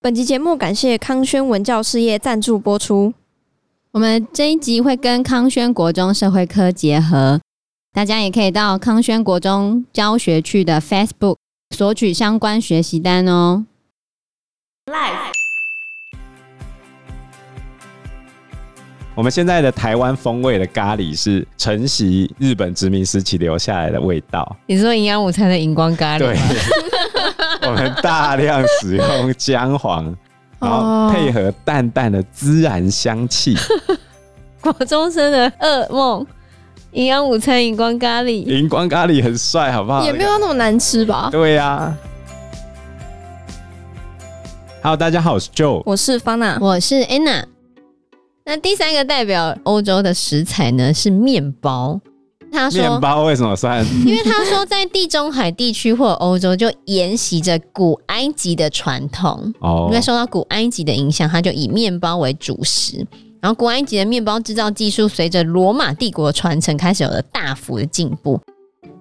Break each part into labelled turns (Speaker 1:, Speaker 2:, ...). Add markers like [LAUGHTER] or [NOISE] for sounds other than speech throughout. Speaker 1: 本集节目感谢康轩文教事业赞助播出。
Speaker 2: 我们这一集会跟康轩国中社会科结合，大家也可以到康轩国中教学区的 Facebook 索取相关学习单哦。
Speaker 3: 我们现在的台湾风味的咖喱是承袭日本殖民时期留下来的味道，
Speaker 4: 你说营养午餐的荧光咖喱，
Speaker 3: 对，
Speaker 1: [LAUGHS]
Speaker 3: 我们大量使用姜黄，
Speaker 1: 哦
Speaker 3: 然后配合淡淡的孜然
Speaker 1: [LAUGHS]
Speaker 3: 香气，
Speaker 4: 国中生的噩梦，营养午餐荧光咖喱。
Speaker 3: 荧光咖喱很帅，好不好？
Speaker 1: 也没有那么难吃吧？
Speaker 3: 对啊呀、Hello，大家好，我是 Joe。
Speaker 1: 我是方娜，
Speaker 4: 我是 Anna。那第三个代表欧洲的食材呢是面包。他
Speaker 3: 面
Speaker 4: 说，
Speaker 3: 包为什
Speaker 1: [LAUGHS]
Speaker 3: 么算？
Speaker 4: 因为他说在地中海地区或欧洲就沿袭着古埃及的传统，
Speaker 3: 哦
Speaker 4: 因为受到古埃及的影响，它就以面包为主食。然后，古埃及的面包制造技术随着罗马帝国的传承开始有了大幅的进步。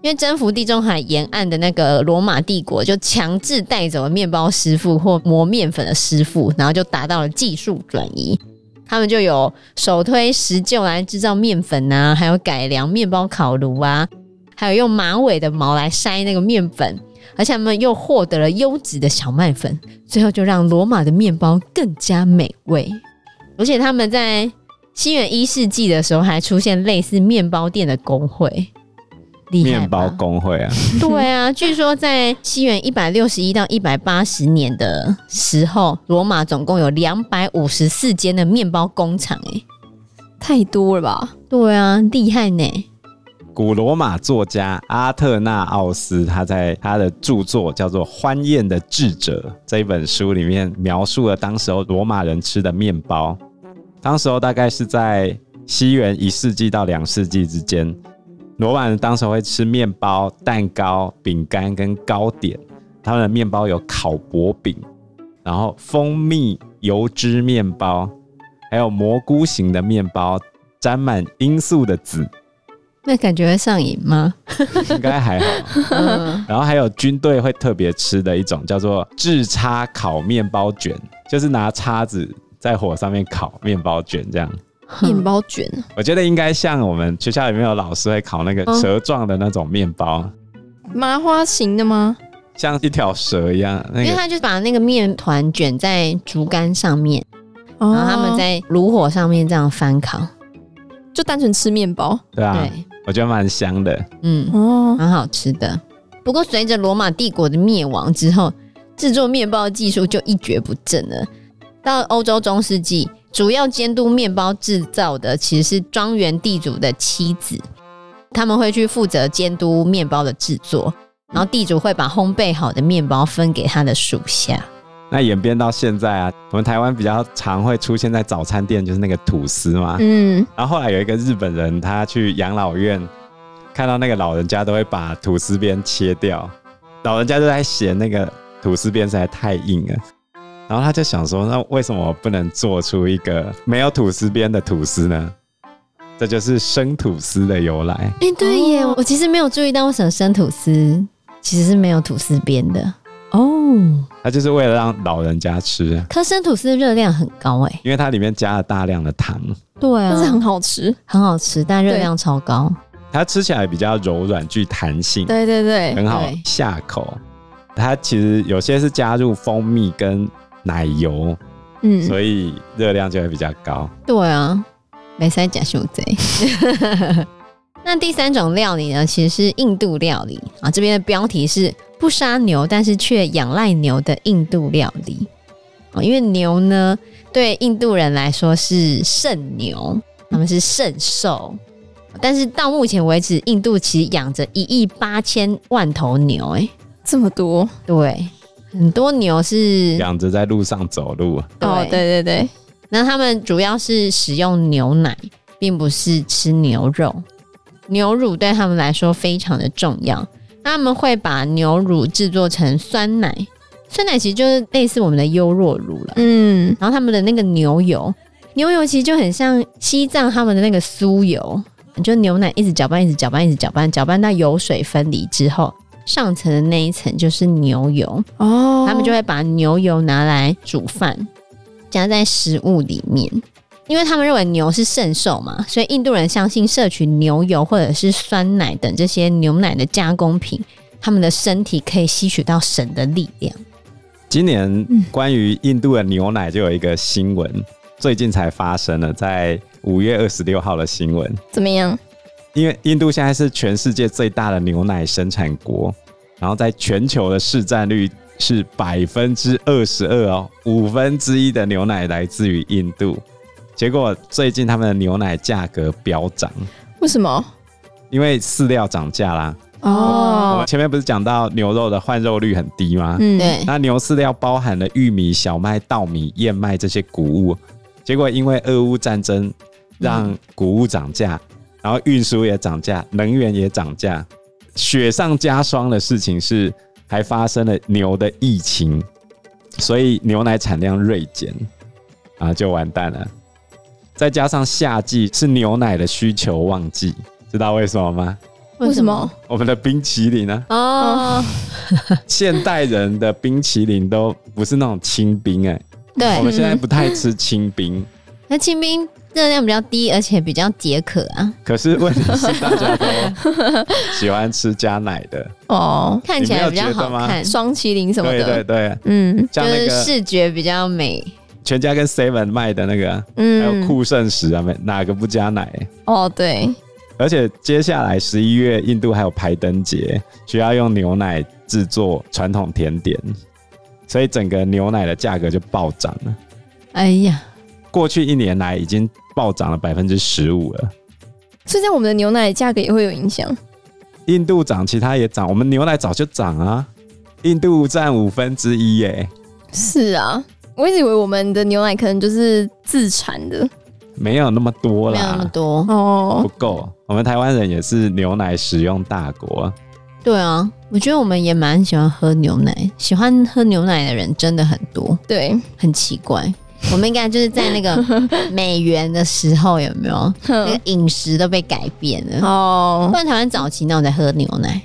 Speaker 4: 因为征服地中海沿岸的那个罗马帝国，就强制带走了面包师傅或磨面粉的师傅，然后就达到了技术转移。他们就有手推石臼来制造面粉啊，还有改良面包烤炉啊，还有用马尾的毛来筛那个面粉，而且他们又获得了优质的小麦粉，最后就让罗马的面包更加美味。而且他们在西元一世纪的时候，还出现类似面包店的工会，厉害吧
Speaker 3: 面包工会啊，
Speaker 4: 对啊，据说在西元一百六十一到一百八十年的时候，罗马总共有两百五十四间的面包工厂、欸。
Speaker 1: 太多了吧？
Speaker 4: 对啊，厉害呢！
Speaker 3: 古罗马作家阿特纳奥斯，他在他的著作叫做《欢宴的智者》这一本书里面，描述了当时候罗马人吃的面包。当时候大概是在西元一世纪到两世纪之间，罗马人当时候会吃面包、蛋糕、饼干跟糕点。他们的面包有烤薄饼，然后蜂蜜油脂面包，还有蘑菇型的面包，沾满罂粟的籽，
Speaker 4: 那感觉会上瘾
Speaker 3: [LAUGHS]
Speaker 4: 吗？
Speaker 3: 应该还好。
Speaker 4: 嗯
Speaker 3: 然后还有军队会特别吃的一种叫做炙叉烤面包卷，就是拿叉子在火上面烤面包卷这样。
Speaker 1: 面包卷，啊
Speaker 3: 我觉得应该像我们学校里面有老师会烤那个蛇状的那种面包，
Speaker 1: 麻花型的吗？
Speaker 3: 像一条蛇一样。那
Speaker 4: 因为
Speaker 3: 个
Speaker 4: 他就把那个面团卷在竹竿上面，
Speaker 1: 然
Speaker 4: 然后他们在炉火上面这样翻烤。
Speaker 1: 哦就单纯吃面包
Speaker 3: 对啊，
Speaker 4: 对，
Speaker 3: 我觉得蛮香的。
Speaker 4: 嗯，
Speaker 3: 啊
Speaker 1: 哦，
Speaker 4: 蛮好吃的。不过，随着罗马帝国的灭亡之后，制作面包的技术就一蹶不振了。到欧洲中世纪，主要监督面包制造的其实是庄园地主的妻子，他们会去负责监督面包的制作，然后地主会把烘焙好的面包分给他的属下。
Speaker 3: 那演变到现在啊，我们台湾比较常会出现在早餐店，就是那个吐司嘛。
Speaker 1: 嗯，
Speaker 3: 然后后来有一个日本人，他去养老院，看到那个老人家都会把吐司边切掉，老人家就在嫌那个吐司边实在太硬了。然后他就想说，那为什么我不能做出一个没有吐司边的吐司呢？这就是生吐司的由来。
Speaker 4: 哎、对耶，
Speaker 1: 哦
Speaker 4: 我其实没有注意到为什么生吐司其实是没有吐司边的哦。
Speaker 3: 它就是为了让老人家吃，
Speaker 4: 可生吐司的热量很高哎，
Speaker 3: 因为它里面加了大量的糖，
Speaker 4: 对
Speaker 1: 但
Speaker 4: 啊
Speaker 1: 是很好吃。
Speaker 4: 很好吃，但热量超高。
Speaker 3: 它吃起来比较柔软具弹性。
Speaker 1: 对对对，
Speaker 3: 很好
Speaker 4: 对
Speaker 3: 下口。它其实有些是加入蜂蜜跟奶油，
Speaker 1: 嗯，
Speaker 3: 所以热量就会比较高。
Speaker 4: 对啊，没塞假秀贼。 [LAUGHS] 那第三种料理呢，其实是印度料理啊。这边的标题是“不杀牛，但是却仰赖牛的印度料理”啊，因为牛呢，对印度人来说是圣牛，他们是圣兽。但是到目前为止，印度其实养着一亿八千万头牛、欸，
Speaker 1: 这么多
Speaker 4: 对，很多牛是
Speaker 3: 养着在路上走路，
Speaker 1: 哦，对对对，
Speaker 4: 那他们主要是使用牛奶，并不是吃牛肉。牛乳对他们来说非常的重要，那他们会把牛乳制作成酸奶，酸奶其实就是类似我们的优酪乳了。
Speaker 1: 嗯，
Speaker 4: 然后他们的那个牛油，牛油其实就很像西藏他们的那个酥油，就牛奶一直搅拌，一直搅拌，一直搅拌，搅拌到油水分离之后，上层的那一层就是牛油，
Speaker 1: 哦
Speaker 4: 他们就会把牛油拿来煮饭，加在食物里面。因为他们认为牛是圣兽嘛，所以印度人相信摄取牛油或者是酸奶等这些牛奶的加工品，他们的身体可以吸取到神的力量。
Speaker 3: 今年关于印度的牛奶就有一个新闻，最近才发生了，在五月二十六号的新闻。
Speaker 1: 怎么样？
Speaker 3: 因为印度现在是全世界最大的牛奶生产国，然后在全球的市占率是百分之二十二哦，五分之一的牛奶来自于印度。结果最近他们的牛奶价格飙涨，
Speaker 1: 为什么？
Speaker 3: 因为饲料涨价啦。我
Speaker 1: 哦
Speaker 3: 们，前面不是讲到牛肉的换肉率很低吗？
Speaker 1: 嗯，，
Speaker 4: 对，
Speaker 3: 那牛饲料包含了玉米、小麦、稻米、燕麦这些谷物，结果因为俄乌战争，让谷物涨价，
Speaker 1: 嗯
Speaker 3: 然后运输也涨价，能源也涨价，雪上加霜的事情是还发生了牛的疫情，所以牛奶产量锐减，啊，就完蛋了。再加上夏季是牛奶的需求旺季，知道为什么吗？
Speaker 1: 为什么？？
Speaker 3: 我们的冰淇淋呢、
Speaker 4: 哦，
Speaker 3: 现代人的冰淇淋都不是那种清冰哎、我
Speaker 4: 对，
Speaker 3: 们现在不太吃清冰，
Speaker 4: 那清冰热量比较低，而且比较解渴啊，
Speaker 3: 可是问题是大家都 [LAUGHS] 喜欢吃加奶的，
Speaker 1: 哦，
Speaker 4: 看起来比较好看，
Speaker 1: 双麒麟什么
Speaker 3: 对
Speaker 1: 的，
Speaker 3: 对对，
Speaker 1: 嗯
Speaker 4: 就
Speaker 3: 像那
Speaker 4: 是
Speaker 3: 个
Speaker 4: 视觉比较美。
Speaker 3: 全家跟 Seven 卖的那个，啊还有
Speaker 1: 嗯，
Speaker 3: 酷盛食啊，没哪个不加奶、
Speaker 1: 哦，对，
Speaker 3: 而且接下来十一月，印度还有排灯节，需要用牛奶制作传统甜点，所以整个牛奶的价格就暴涨了。
Speaker 4: 哎呀，
Speaker 3: 过去一年来已经暴涨了百分之十五了。
Speaker 1: 所以在我们的牛奶价格也会有影响。
Speaker 3: 印度涨，其他也涨，我们牛奶早就涨啊。印度占五分之一耶，
Speaker 1: 是啊，我一直以为我们的牛奶可能就是自产的
Speaker 3: 没有那么多
Speaker 4: 没有那么
Speaker 3: 啦，
Speaker 4: 多。
Speaker 3: 不
Speaker 1: 哦，
Speaker 3: 够。我们台湾人也是牛奶使用大国，
Speaker 4: 对啊，我觉得我们也蛮喜欢喝牛奶，喜欢喝牛奶的人真的很多，
Speaker 1: 对，
Speaker 4: 很奇怪。我们应该就是在那个美元的时候，有没有那
Speaker 1: 哼
Speaker 4: 个饮食都被改变了？
Speaker 1: 哦
Speaker 4: 不，然台湾早期那我在喝牛奶，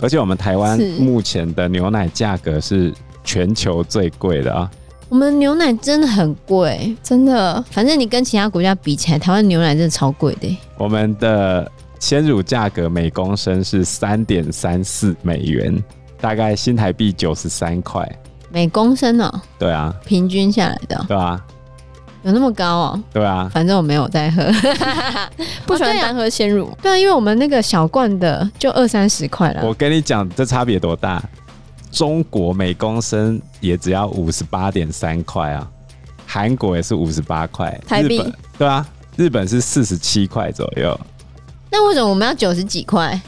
Speaker 3: 而且我们台湾
Speaker 1: 是
Speaker 3: 目前的牛奶价格是全球最贵的啊。
Speaker 4: 我们牛奶真的很贵，
Speaker 1: 真的
Speaker 4: 反正你跟其他国家比起来，台湾牛奶真的超贵的欸、
Speaker 3: 我们的鲜乳价格每公升是三点三四美元，大概新台币九十三块。
Speaker 4: 每公升哦、
Speaker 3: 对啊，
Speaker 4: 平均下来的哦、
Speaker 3: 对啊，
Speaker 4: 有那么高哦、
Speaker 3: 对啊，
Speaker 4: 反正我没有在喝。
Speaker 1: 不喜
Speaker 4: 哦
Speaker 1: 欢
Speaker 4: 对啊
Speaker 1: 单喝鲜乳，
Speaker 4: 对啊，因为我们那个小罐的就二三十块啦。
Speaker 3: 我跟你讲，这差别多大？中国每公升也只要五十八点三块啊，韩国也是五十八块，
Speaker 1: 台币
Speaker 3: 日本对啊，日本是四十七块左右，
Speaker 4: 那为什么我们要九十几块？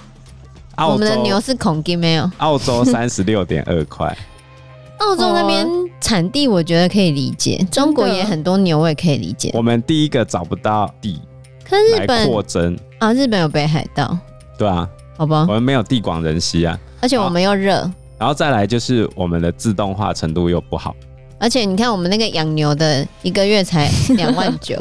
Speaker 4: 我
Speaker 3: 澳
Speaker 4: 们的
Speaker 3: 洲
Speaker 4: 牛是孔金没有？
Speaker 3: [LAUGHS] 澳洲三十六点二块，
Speaker 4: [LAUGHS] 澳洲那边产地我觉得可以理解，中国也很多牛，我也可以理解。
Speaker 3: 我们第一个找不到地
Speaker 4: 可是日
Speaker 3: 来
Speaker 4: 本
Speaker 3: 扩增，
Speaker 4: 啊，日本有北海道，
Speaker 3: 对啊，
Speaker 4: 好吧
Speaker 3: 我，们没有地广人稀啊，
Speaker 4: 而且我们又热，
Speaker 3: 然后再来就是我们的自动化程度又不好，
Speaker 4: 而且你看我们那个养牛的一个月才两万九，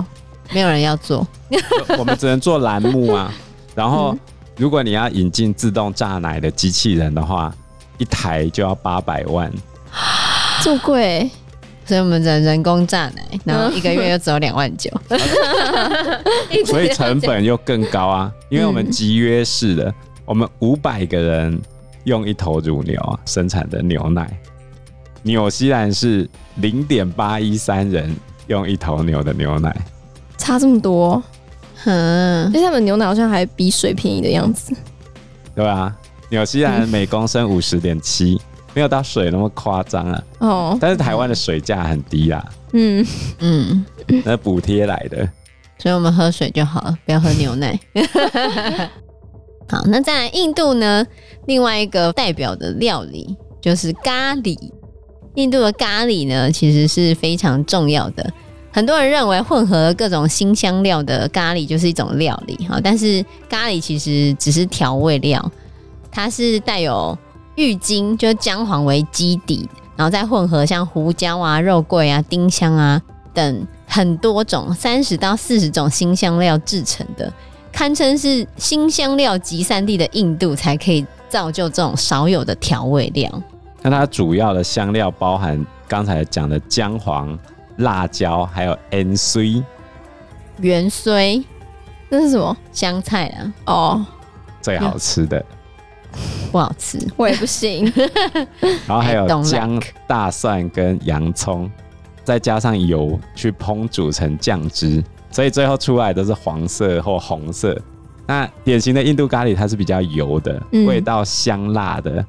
Speaker 4: 没有人要做。
Speaker 3: [LAUGHS] 我们只能做栏目啊。然后，如果你要引进自动榨奶的机器人的话，一台就要八百 [LAUGHS] 万。
Speaker 1: 这么 [LAUGHS] 贵，
Speaker 4: 所以我们只能人工榨奶，然后一个月又只有两万九，
Speaker 3: 所以成本又更高啊，因为我们集约式的，我们五百个人用一头乳牛啊生产的牛奶，纽西兰是零点八一三人用一头牛的牛奶，
Speaker 1: 差这么多，
Speaker 4: 嗯
Speaker 1: 而，且他们牛奶好像还比水便宜的样子。
Speaker 3: 对吧、啊？纽西兰每公升五十点七，没有到水那么夸张啊，
Speaker 1: 哦，
Speaker 3: 但是台湾的水价很低啦，
Speaker 1: 嗯，
Speaker 4: 嗯，
Speaker 3: 那补贴来的。
Speaker 4: 所以我们喝水就好了，不要喝牛奶。 [LAUGHS] 好，那再来印度呢？另外一个代表的料理就是咖喱。印度的咖喱呢，其实是非常重要的。很多人认为混合各种新香料的咖喱就是一种料理，好，但是咖喱其实只是调味料，它是带有郁金，就是姜黄为基底，然后再混合像胡椒啊、肉桂啊、丁香啊等很多种三十到四十种新香料制成的，堪称是新香料集散地的印度才可以造就这种少有的调味料。
Speaker 3: 那它主要的香料包含刚才讲的姜黄、辣椒，还有 N C。
Speaker 4: 元荽
Speaker 1: 那是什么？
Speaker 4: 香菜啊，
Speaker 1: 哦，
Speaker 3: 最好吃的，
Speaker 4: 不好吃。
Speaker 1: 我也不行。
Speaker 3: 然后还
Speaker 4: I
Speaker 3: 有
Speaker 4: don't
Speaker 3: 姜、大蒜跟洋葱，再加上油去烹煮成酱汁，所以最后出来都是黄色或红色。那典型的印度咖喱它是比较油的，
Speaker 1: 嗯
Speaker 3: 味道香辣的，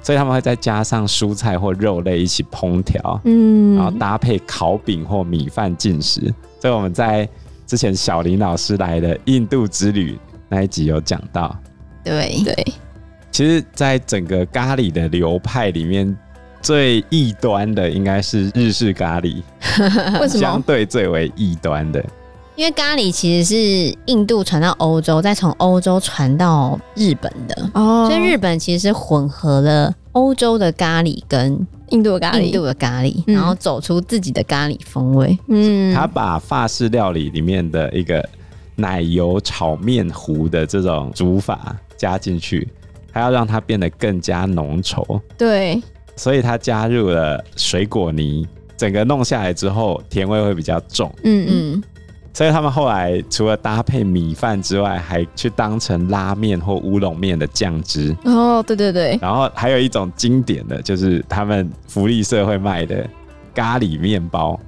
Speaker 3: 所以他们会再加上蔬菜或肉类一起烹调，
Speaker 1: [LAUGHS] 嗯
Speaker 3: 然后搭配烤饼或米饭进食。所以我们在之前小林老师来的印度之旅那一集有讲到，
Speaker 4: 对，
Speaker 1: 对，
Speaker 3: 其实，在整个咖喱的流派里面，最异端的应该是日式咖喱，
Speaker 1: 为什
Speaker 3: 相
Speaker 1: 么？
Speaker 3: 对最为异端的。
Speaker 4: 因为咖喱其实是印度传到欧洲，再从欧洲传到日本的，
Speaker 1: 哦
Speaker 4: 所以日本其实是混合了欧洲的咖喱跟
Speaker 1: 印度咖喱，
Speaker 4: 印度的咖喱，
Speaker 1: 嗯
Speaker 4: 然后走出自己的咖喱风味。
Speaker 1: 嗯，
Speaker 3: 他把法式料理里面的一个奶油炒面糊的这种煮法加进去，还要让它变得更加浓稠，
Speaker 1: 对，
Speaker 3: 所以它加入了水果泥。整个弄下来之后，甜味会比较重，
Speaker 1: 嗯嗯，
Speaker 4: 嗯，
Speaker 3: 所以他们后来除了搭配米饭之外，还去当成拉面或乌龙面的酱汁。
Speaker 1: 哦，对对对，
Speaker 3: 然后还有一种经典的就是他们福利社会卖的咖喱面包，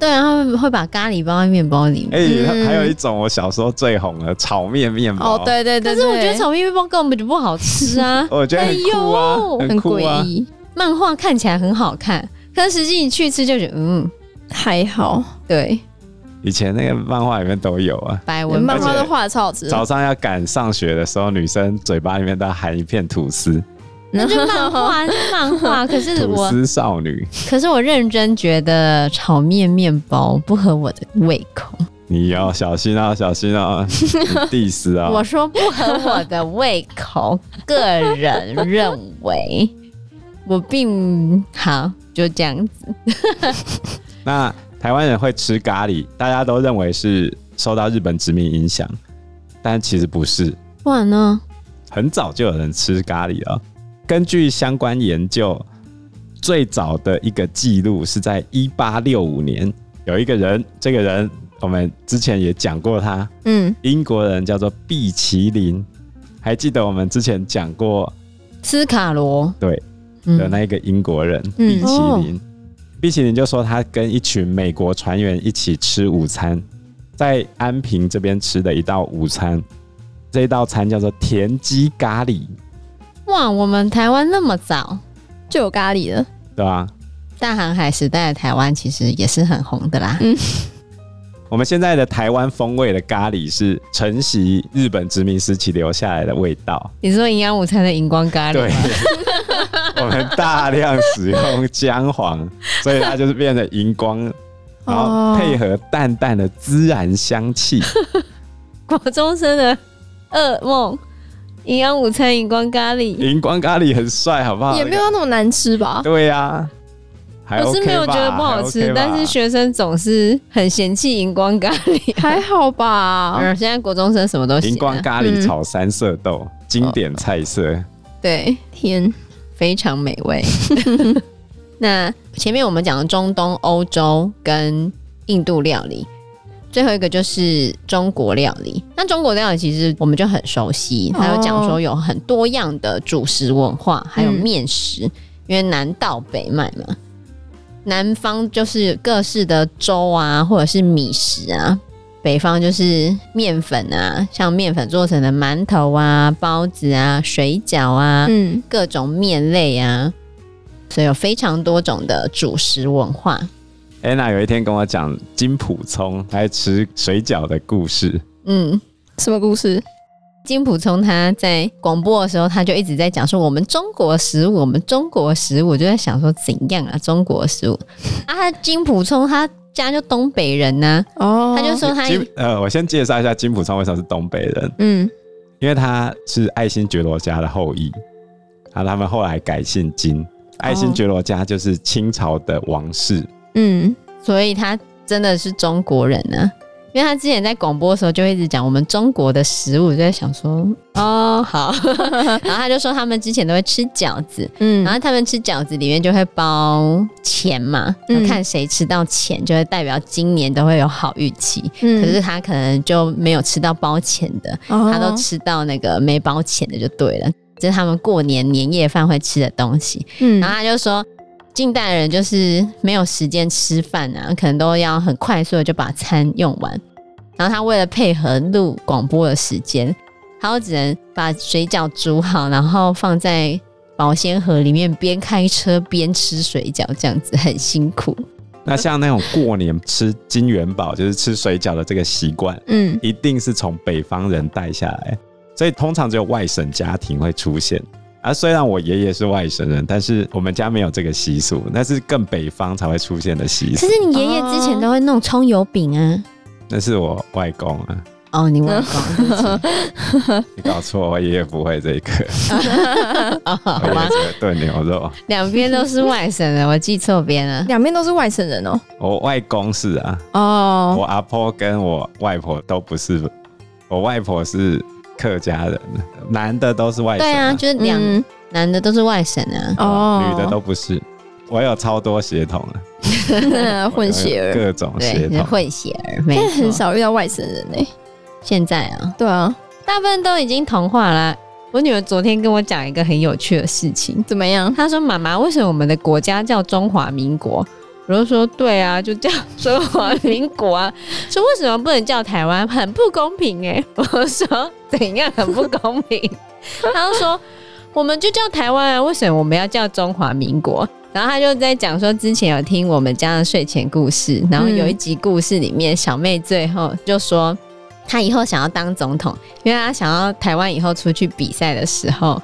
Speaker 4: 对，然后会把咖喱包在面包里面。
Speaker 3: 哎、
Speaker 1: 嗯
Speaker 3: 还有一种我小时候最红的炒面面包。！
Speaker 1: [LAUGHS] 哦，，对对对，
Speaker 4: 但是我觉
Speaker 1: 对
Speaker 4: 得炒面面包根本就不好吃啊 [LAUGHS]
Speaker 3: 我觉得很酷啊，
Speaker 4: 哎呦
Speaker 3: 很
Speaker 1: 很
Speaker 3: 酷
Speaker 1: 诡
Speaker 3: 啊。
Speaker 1: 异，
Speaker 4: 漫画看起来很好看，可是实际你去吃就觉得，嗯，
Speaker 1: 还好，
Speaker 4: 对，
Speaker 3: 以前那个漫画里面都有啊。
Speaker 4: 白文
Speaker 1: 漫画
Speaker 3: 而
Speaker 1: 都
Speaker 3: 且
Speaker 1: 画的超好吃的，
Speaker 3: 早上要赶上学的时候，女生嘴巴里面都要含一片吐司，
Speaker 4: 那 [LAUGHS] 就漫画，那就漫
Speaker 3: [LAUGHS]
Speaker 4: 画。可是
Speaker 3: 吐
Speaker 4: 我，
Speaker 3: 司少女。
Speaker 4: 可是我认真觉得炒面面包不合我的胃口。
Speaker 3: 你要小心啊，小心
Speaker 4: [LAUGHS]
Speaker 3: 啊，你 diss 啊！
Speaker 4: 我说不合我的胃口，个人认为 [LAUGHS] 我并好，就这样子。
Speaker 3: 那台湾人会吃咖喱，大家都认为是受到日本殖民影响，但其实不是。
Speaker 4: 不然呢？
Speaker 3: 很早就有人吃咖喱了。根据相关研究，最早的一个记录是在一八六五年，有一个人，这个人我们之前也讲过他，
Speaker 1: 嗯，
Speaker 3: 英国人叫做毕奇林，还记得我们之前讲过
Speaker 4: 斯卡罗
Speaker 3: 对
Speaker 4: 嗯
Speaker 3: 的那一个英国人
Speaker 1: 嗯
Speaker 3: 毕奇林，毕奇林就说他跟一群美国船员一起吃午餐，在安平这边吃的一道午餐，这一道餐叫做田鸡咖喱，
Speaker 4: 哇，我们台湾那么早，
Speaker 1: 就有咖喱了，
Speaker 3: 对吧、
Speaker 4: 大航海时代的台湾其实也是很红的啦。
Speaker 3: 我们现在的台湾风味的咖喱是承袭日本殖民时期留下来的味道，
Speaker 4: 你说营养午餐的荧光咖喱
Speaker 3: 对，
Speaker 4: 吗，
Speaker 3: 我们大量使用姜黄，所以它就是变得荧光，然后配合淡淡的孜然香气，
Speaker 4: [LAUGHS] 国中生的噩梦。营养午餐荧光咖
Speaker 3: [LAUGHS]
Speaker 4: 喱，
Speaker 3: 荧光咖喱很帅，好不好？
Speaker 1: 也没有到那么难吃吧？
Speaker 3: 对呀、啊，还
Speaker 4: 我
Speaker 3: OK 吧
Speaker 4: 是没有觉得不好吃，
Speaker 3: 还 OK 吧
Speaker 4: 但是学生总是很嫌弃荧光咖 [LAUGHS] 喱。
Speaker 1: 还好吧？
Speaker 4: 嗯，现在国中生什么都行、啊，
Speaker 3: 荧光咖喱炒三色豆，经典菜色。
Speaker 1: 对，天，
Speaker 4: 非常美味。那前面我们讲的中东、欧洲跟印度料理，最后一个就是中国料理。那中国料理其实我们就很熟悉，它有讲说有很多样的主食文化，还有面食，因为南到北卖嘛。南方就是各式的粥啊，或者是米食啊；北方就是面粉啊，像面粉做成的馒头啊、包子啊、水饺啊，
Speaker 1: 嗯，
Speaker 4: 各种面类啊，所以有非常多种的主食文化。
Speaker 3: Anna 有一天跟我讲金普聪来吃水饺的故事，
Speaker 4: 嗯，
Speaker 1: 什么故事？
Speaker 4: 金普聪他在广播的时候，他就一直在讲说我们中国食物，我们中国食物，我就在想说怎样啊，中国食物 [LAUGHS] 啊，他金普聪他家就东北人呐、
Speaker 1: 哦
Speaker 4: 他就说他
Speaker 3: 金呃，我先介绍一下金普聪为什么是东北人，
Speaker 1: 嗯，
Speaker 3: 因为他是爱新觉罗家的后裔，啊，他们后来改姓金。爱新觉罗家就是清朝的王室，
Speaker 1: 嗯，
Speaker 4: 所以他真的是中国人呢、啊因为他之前在广播的时候就会一直讲我们中国的食物，我就在想说哦好， [LAUGHS] 然后他就说他们之前都会吃饺子，
Speaker 1: 嗯
Speaker 4: 然后他们吃饺子里面就会包钱嘛，
Speaker 1: 嗯
Speaker 4: 然后看谁吃到钱，就会代表今年都会有好运气。
Speaker 1: 嗯哦
Speaker 4: 可是他可能就没有吃到包钱的，他都吃到那个没包钱的就对了，这是他们过年年夜饭会吃的东西。
Speaker 1: 嗯
Speaker 4: 然后他就说，近代人就是没有时间吃饭啊，可能都要很快速的就把餐用完。然后他为了配合录广播的时间，他就只能把水饺煮好，然后放在保鲜盒里面，边开车边吃水饺，这样子很辛苦。
Speaker 3: 那像那种过年吃金元宝，就是吃水饺的这个习惯，
Speaker 1: 嗯
Speaker 3: 一定是从北方人带下来，所以通常只有外省家庭会出现。啊，虽然我爷爷是外省人，但是我们家没有这个习俗，那是更北方才会出现的习俗
Speaker 4: 可。是你爷爷之前都会弄葱油饼啊。
Speaker 3: 那是我外公啊，
Speaker 4: 哦，你 [LAUGHS] 忘光，对不起
Speaker 3: 你搞错，我爷爷不会这个，
Speaker 4: 哦，好
Speaker 3: 我爷爷
Speaker 4: 吧，
Speaker 3: 只会炖牛肉。
Speaker 4: 两边都是外省人，我记错边了。
Speaker 1: 两边都是外省人哦。
Speaker 3: 我外公是啊，
Speaker 1: 哦，
Speaker 3: 我阿婆跟我外婆都不是，我外婆是客家人，男的都是外省、
Speaker 4: 对啊，就是两、
Speaker 1: 嗯
Speaker 4: 男的都是外省啊。
Speaker 1: 哦
Speaker 3: 女的都不是。我有超多血统啊，
Speaker 1: [LAUGHS] 混血
Speaker 3: 我有
Speaker 1: 儿，
Speaker 3: [LAUGHS] 各种血
Speaker 4: 对，是
Speaker 3: 统。
Speaker 4: 混血儿，没
Speaker 1: 但 [LAUGHS] 很
Speaker 4: 错。
Speaker 1: 少遇到外省人哎。
Speaker 4: 现在啊，
Speaker 1: 对啊，
Speaker 4: 大部分都已经同化啦。我女儿昨天跟我讲一个很有趣的事情，
Speaker 1: 怎么样？
Speaker 4: 她说：“妈妈，为什么我们的国家叫中华民国？”我就说：“对啊，就叫中华民国啊。”说为什么不能叫台湾？很不公平哎、我说：“怎样很不公平？”她就说：“我们就叫台湾啊，为什么我们要叫中华民国？”然后她就在讲说，之前有听我们家的睡前故事，然后有一集故事里面，小妹最后就说，她以后想要当总统，因为她想要台湾以后出去比赛的时候，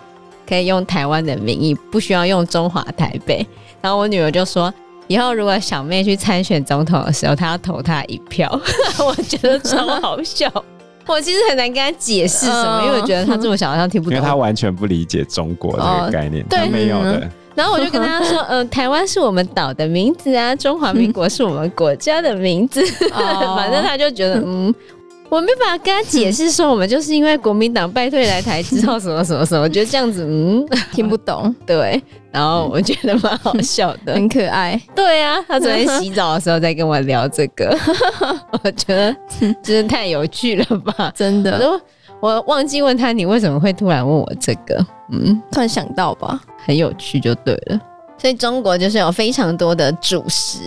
Speaker 4: 可以用台湾的名义，不需要用中华台北。然后我女儿就说。以后如果小妹去参选总统的时候，她要投她一票， [LAUGHS] 我觉得超好笑。 [LAUGHS] 我其实很难跟她解释什么，因为我觉得她这么小好像听不
Speaker 3: 因
Speaker 4: 懂。哦
Speaker 3: 为他完全不理解中国这个概念，
Speaker 4: 对嗯
Speaker 3: 他没有的。
Speaker 4: 然后我就跟他说，嗯、台湾是我们岛的名字啊，中华民国是我们国家的名字。
Speaker 1: [LAUGHS] 哦
Speaker 4: [LAUGHS] 反正他就觉得，嗯，我没办法跟他解释说，我们就是因为国民党败退来台之后，什么什么什么，我觉得这样子，嗯， [LAUGHS]
Speaker 1: 听不 [LAUGHS] 懂，
Speaker 4: 对。然后我觉得蛮好笑的，
Speaker 1: 很可爱。
Speaker 4: 对啊，他昨天洗澡的时候在跟我聊这个， [LAUGHS] 我觉得真的太有趣了吧。
Speaker 1: 真
Speaker 4: 我
Speaker 1: 的，
Speaker 4: 都我忘记问他，你为什么会突然问我这个？嗯，
Speaker 1: 突然想到吧，
Speaker 4: 很有趣就对了。所以中国就是有非常多的主食，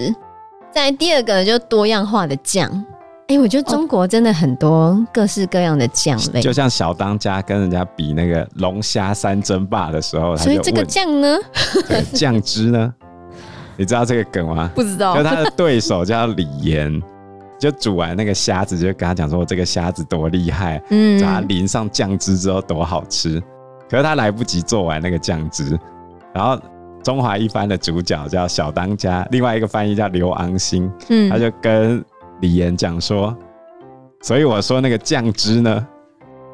Speaker 4: 在第二个呢就是多样化的酱。哎、我觉得中国真的很多各式各样的酱类，
Speaker 3: 就像小当家跟人家比那个龙虾三争霸的时候，他
Speaker 4: 所
Speaker 3: 就
Speaker 4: 以
Speaker 3: 问
Speaker 4: 这个酱呢，
Speaker 3: 对
Speaker 4: [LAUGHS]
Speaker 3: 酱汁呢，你知道这个梗吗？
Speaker 1: 不知道
Speaker 4: 哦
Speaker 3: 就。他的对手叫李岩，就煮完那个虾子，就跟他讲说：“我这个虾子多厉害，
Speaker 1: 嗯
Speaker 3: 把它淋上酱汁之后多好吃。”可是他来不及做完那个酱汁，然后中华一番的主角叫小当家，另外一个翻译叫刘昂星，
Speaker 1: 嗯
Speaker 3: 他就跟李岩讲说：“所以我说那个酱汁呢，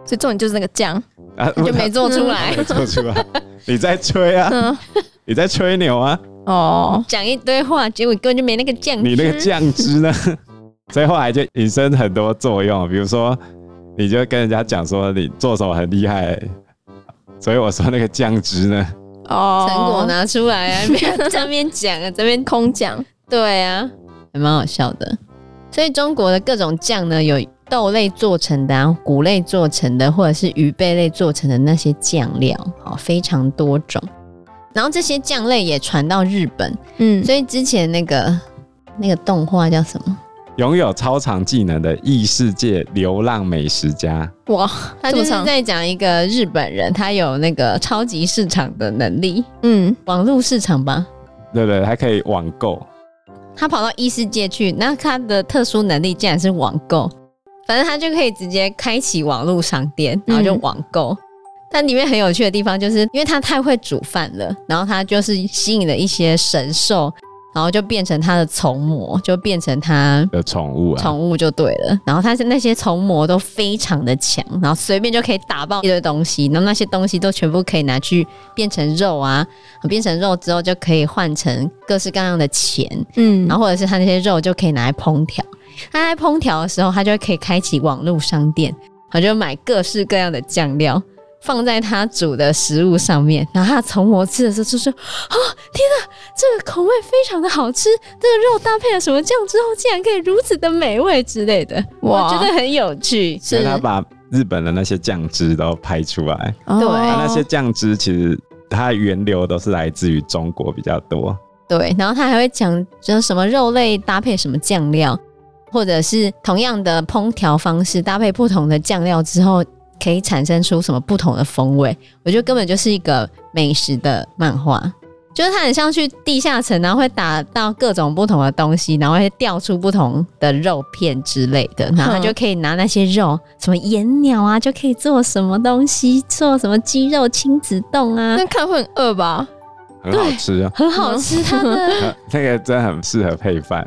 Speaker 1: 所以重点就是那个 [LAUGHS] 酱，
Speaker 3: 啊，
Speaker 4: 就没做出来，
Speaker 3: 没做出来， [LAUGHS] 你在吹啊，
Speaker 1: 嗯，
Speaker 3: 你在吹牛啊，
Speaker 1: 哦，
Speaker 4: 讲一堆话，结果根本就没那个酱汁。
Speaker 3: 你那个酱汁
Speaker 4: [LAUGHS]
Speaker 3: 呢？所以后来就引申很多作用，比如说，你就跟人家讲说你做手很厉害，所以我说那个酱汁呢，
Speaker 1: 哦，
Speaker 4: 成果？拿出来啊，不 [LAUGHS] 要在那边讲啊，这边
Speaker 1: 空讲，
Speaker 4: 对啊，还蛮好笑的。所以中国的各种酱呢，有豆类做成的、啊、谷类做成的，或者是鱼贝类做成的那些酱料，哦，非常多种。然后这些酱类也传到日本，
Speaker 1: 嗯，
Speaker 4: 所以之前那个那个动画叫什么？
Speaker 3: 拥有超常技能的异世界流浪美食家，
Speaker 1: 哇，
Speaker 4: 他
Speaker 1: 这
Speaker 4: 就
Speaker 1: 么
Speaker 4: 是
Speaker 1: 长
Speaker 4: 在讲一个日本人，他有那个超级市场的能力，
Speaker 1: 嗯，
Speaker 4: 网络市场吧。
Speaker 3: 对不对？还可以网购，
Speaker 4: 他跑到异世界去，那他的特殊能力竟然是网购，反正他就可以直接开启网络商店，然后就网购。但里面很有趣的地方，就是因为他太会煮饭了，然后他就是吸引了一些神兽，然后就变成他的从魔，就变成他
Speaker 3: 的宠物啊，
Speaker 4: 宠物就对了。然后他是那些从魔都非常的强，然后随便就可以打爆一堆东西，然后那些东西都全部可以拿去变成肉啊，变成肉之后就可以换成各式各样的钱，
Speaker 1: 嗯，
Speaker 4: 然后或者是它那些肉就可以拿来烹调，他在烹调的时候，他就可以开启网络商店，他就买各式各样的酱料放在他煮的食物上面，然后他从我吃的时候就说：“哦，天哪，这个口味非常的好吃，这个肉搭配了什么酱之后，竟然可以如此的美味之类的。”
Speaker 1: 哇
Speaker 4: 我觉得很有趣。
Speaker 3: 所以他把日本的那些酱汁都拍出来。
Speaker 4: 对
Speaker 3: 它
Speaker 1: 哦
Speaker 3: 啊那
Speaker 4: 哦
Speaker 3: 些酱汁其实它的源流都是来自于中国比较多。
Speaker 4: 对，然后他还会讲就是什么肉类搭配什么酱料，或者是同样的烹调方式搭配不同的酱料之后，可以产生出什么不同的风味。我觉得根本就是一个美食的漫画，就是它很像去地下层，然后会打到各种不同的东西，然后会调出不同的肉片之类的，然后他
Speaker 1: 嗯
Speaker 4: 就可以拿那些肉，什么岩鸟啊，就可以做什么东西，做什么鸡肉亲子冻啊
Speaker 1: 那，看会很饿吧？
Speaker 3: 很好吃
Speaker 4: [LAUGHS]
Speaker 3: 啊，
Speaker 4: 很好吃。它
Speaker 1: [LAUGHS]
Speaker 4: 的
Speaker 3: 呃那个真的很适合配饭。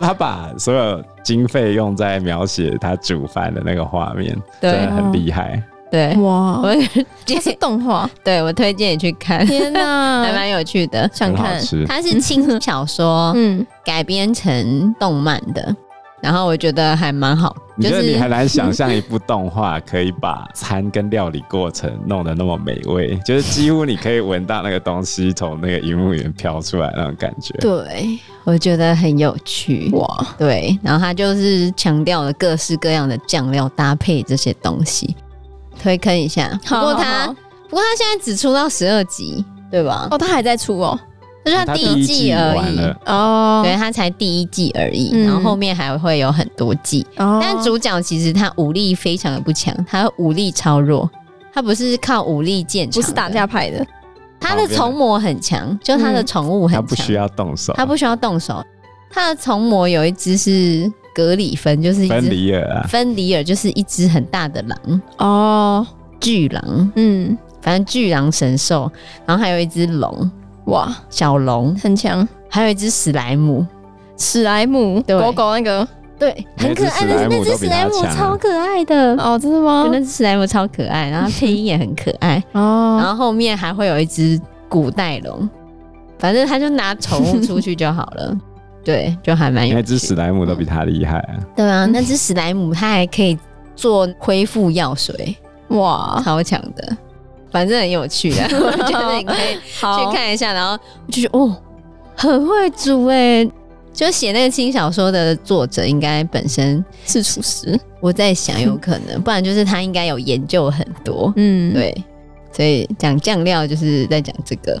Speaker 3: 他把所有经费用在描写他煮饭的那个画面，真
Speaker 4: 对哦
Speaker 3: 的很厉害。
Speaker 4: 对。
Speaker 1: 哇，
Speaker 4: 我
Speaker 1: 这是动画，
Speaker 4: 对我推荐你去看，
Speaker 1: [LAUGHS] 天 [LAUGHS] 哪
Speaker 4: [LAUGHS] 还，蛮有趣的。
Speaker 1: 想
Speaker 3: 很好
Speaker 1: 看，
Speaker 3: 吃，
Speaker 4: 它是轻小说
Speaker 1: 嗯，
Speaker 4: 改编成动漫的，然后我觉得还蛮好，
Speaker 3: 你
Speaker 4: 就
Speaker 3: 觉得你
Speaker 4: 是
Speaker 3: 很难想象一部动画可以把餐跟料理过程弄得那么美
Speaker 4: [LAUGHS]
Speaker 3: 味，就是几乎你可以闻到那个东西从那个荧幕里面飘出来那种感觉。
Speaker 1: 对，
Speaker 4: 我觉得很有趣。
Speaker 1: 哇，
Speaker 4: 对，然后它就是强调了各式各样的酱料搭配这些东西，推坑一下。不
Speaker 1: 好
Speaker 4: 过
Speaker 1: 好
Speaker 4: 它
Speaker 1: 好
Speaker 4: 不过它现在只出到十二集，对吧？
Speaker 1: 哦，他还在出哦，
Speaker 4: 就是它
Speaker 3: 他
Speaker 4: 第一季而
Speaker 3: 完
Speaker 4: 已，
Speaker 3: 了，
Speaker 1: 哦
Speaker 4: 对，，它才第一季而已，
Speaker 1: 嗯
Speaker 4: 然后后面还会有很多季。但
Speaker 1: 但
Speaker 4: 主角其实他武力非常的不强，他武力超弱，他不是靠武力建长，
Speaker 1: 不是打，架嗯派的，
Speaker 4: 他的从魔很强，就他的宠物很
Speaker 3: 他
Speaker 4: 强，
Speaker 3: 不需要动手，
Speaker 4: 他不需要动手。他的从魔有一只是格里芬，就是一只
Speaker 3: 分离了啊。
Speaker 4: 芬里尔，就是一只很大的狼，
Speaker 1: 哦，
Speaker 4: 巨狼，
Speaker 1: 嗯，
Speaker 4: 反正巨狼神兽，然后还有一只龙，
Speaker 1: 哇，
Speaker 4: 小龙，
Speaker 1: 很强，
Speaker 4: 还有一只史莱姆，
Speaker 1: 史莱姆
Speaker 4: 对
Speaker 1: 狗狗那个，
Speaker 4: 对，很可
Speaker 3: 那只史
Speaker 4: 爱，
Speaker 3: 莱
Speaker 4: 但是
Speaker 3: 姆
Speaker 4: 那只
Speaker 3: 都比
Speaker 4: 史
Speaker 3: 他
Speaker 4: 莱姆
Speaker 3: 强啊
Speaker 4: 超可爱的，
Speaker 1: 哦，真的吗
Speaker 4: 对，？那只史莱姆超可爱，然后配音也很可爱。然
Speaker 1: 哦，
Speaker 4: 后后面还会有一只古代龙，反正他就拿宠物出去就好了。 [LAUGHS] 对，就还蛮有
Speaker 3: 那只
Speaker 4: 趣
Speaker 3: 史。莱姆都比他厉害啊、
Speaker 4: 对啊，那只史莱姆它还可以做恢复药水，
Speaker 1: 哇，
Speaker 4: 超强的。反正很有趣 [LAUGHS] 的， [LAUGHS] 我觉得你可以去
Speaker 1: 好，
Speaker 4: 看一下。然后我就觉得哦，很会煮哎、就写那个轻小说的作者应该本身，
Speaker 1: 是厨师，
Speaker 4: 我在想有可 [LAUGHS] 能，不然就是他应该有研究很多。
Speaker 1: 嗯，，
Speaker 4: 对，所以讲酱料就是在讲这个。